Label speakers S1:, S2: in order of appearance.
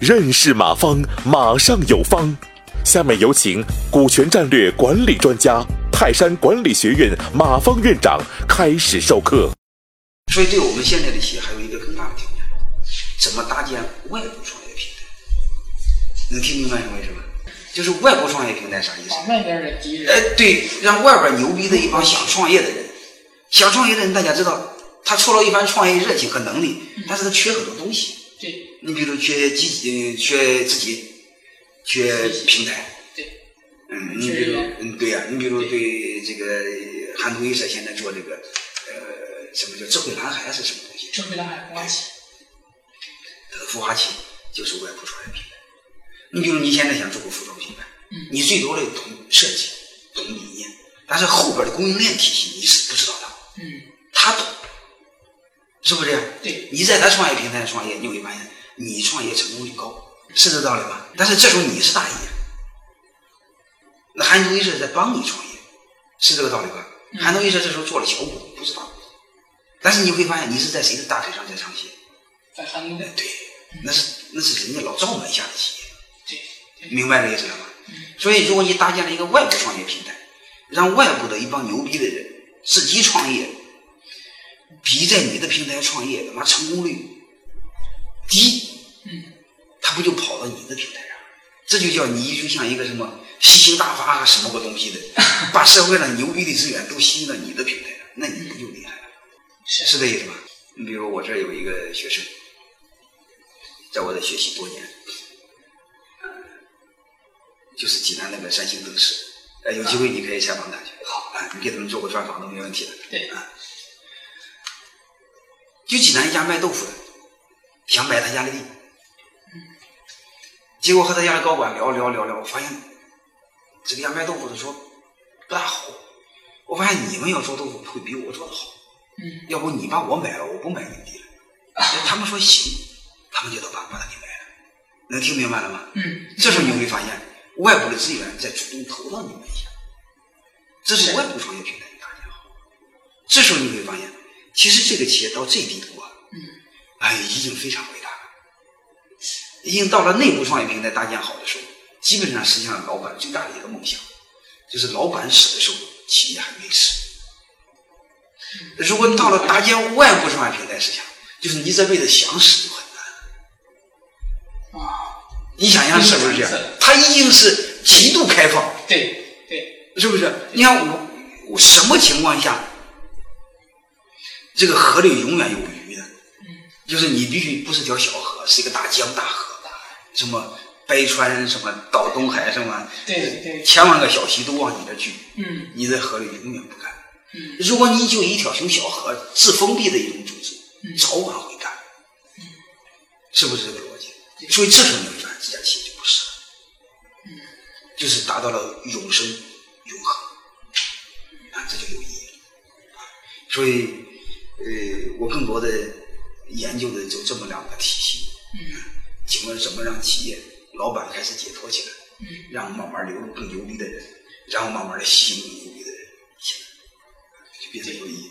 S1: 认识马方，马上有方。下面有请股权战略管理专家、泰山管理学院马方院长开始授课。
S2: 所以，对我们现在的企业还有一个更大的挑战：怎么搭建外部创业平台？能听明白什么意思吗？就是外国创业平台啥意思？
S3: 把外边的敌人
S2: 哎，对，让外边牛逼的一帮想创业的人，想创业的人，大家知道，他除了一番创业热情和能力，
S3: 嗯
S2: 但是他缺很多东西。
S3: 对
S2: 你比如缺积，呃，缺自己，缺平台。
S3: 对
S2: 嗯，你比
S3: 缺
S2: 如
S3: 人，
S2: 嗯，对呀、你比如对这个呃韩图一社现在做这个，呃，什么叫智慧蓝海是什么东西？
S3: 智慧蓝海孵化器，
S2: 它的孵化器就是外部创业品牌。你比如你现在想做个服装品牌，
S3: 嗯
S2: 你最多的懂设计、懂理念，但是后边的供应链体系你是不知道的，
S3: 嗯，
S2: 他懂，是不是这样？
S3: 对
S2: 你在他创业平台上创业，你会发现你创业成功率高，是这道理吧？但是这时候你是大爷，那韩东医社在帮你创业，是这个道理吧？
S3: 嗯
S2: 韩东医社这时候做了小股东，不是大股东，但是你会发现你是在谁的大腿上在唱戏？
S3: 在韩东
S2: 哎，对，那是那是人家老赵门下的企业，
S3: 对
S2: 明白这个意思了吗
S3: 嗯？
S2: 所以，如果你搭建了一个外部创业平台，让外部的一帮牛逼的人自己创业，比在你的平台创业他妈成功率低，
S3: 嗯，
S2: 他不就跑到你的平台上？这就叫你就像一个什么吸星大法啊什么个东西的，把社会上牛逼的资源都吸引到你的平台上，那你不就厉害了？
S3: 是
S2: 是这意思吧？你比如我这儿有一个学生，在我这学习多年，呃就是济南那个三星灯市，呃，有机会你可以采访他去，好啊，你给他们做个专访都没问题的。
S3: 对
S2: 啊，就济南一家卖豆腐的，想买他家的地，结果和他家的高管聊聊聊聊，我发现这个家卖豆腐的说不大好，我发现你们要做豆腐会比我做的好。
S3: 嗯
S2: 要不你把我买了，我不买你地了。哎他们说行，他们就都把把他给买了。能听明白了吗？
S3: 嗯，
S2: 这时候你会发现，外部的资源在主动投到你们一下，这是
S3: 是
S2: 外部创业平台搭建好。这时候你会发现，其实这个企业到这地步啊，
S3: 嗯
S2: 哎，已经非常伟大了，已经到了内部创业平台搭建好的时候，基本上实际上老板最大的一个梦想，就是老板死的时候，企业还没死。如果到了搭建外部创业平台思想，就是你这辈子想死都很难。
S3: 啊，
S2: 你想想是不是这样
S3: 是的？
S2: 他已经是极度开放，
S3: 对对
S2: 是不是？你看我，我什么情况下，这个河里永远有鱼呢？
S3: 嗯
S2: 就是你必须不是条小河，是一个大江大河，什么白川什么到东海什么，
S3: 对对，
S2: 千万个小溪都往你这聚，
S3: 嗯
S2: 你在河里永远不干。
S3: 嗯
S2: 如果你就一条小小河自封闭的一种组织，
S3: 嗯
S2: 早晚会干，是不是这个逻辑？所以这种人反这家企业就不是了，就是达到了永生永恒，啊，这就有意义了。啊所以，呃，我更多的研究的就这么两个体系，
S3: 嗯
S2: 请问怎么让企业老板开始解脱起来，
S3: 嗯，
S2: 让慢慢流入更牛逼的人，然后慢慢的吸引更牛逼的人进来，就变得有意义。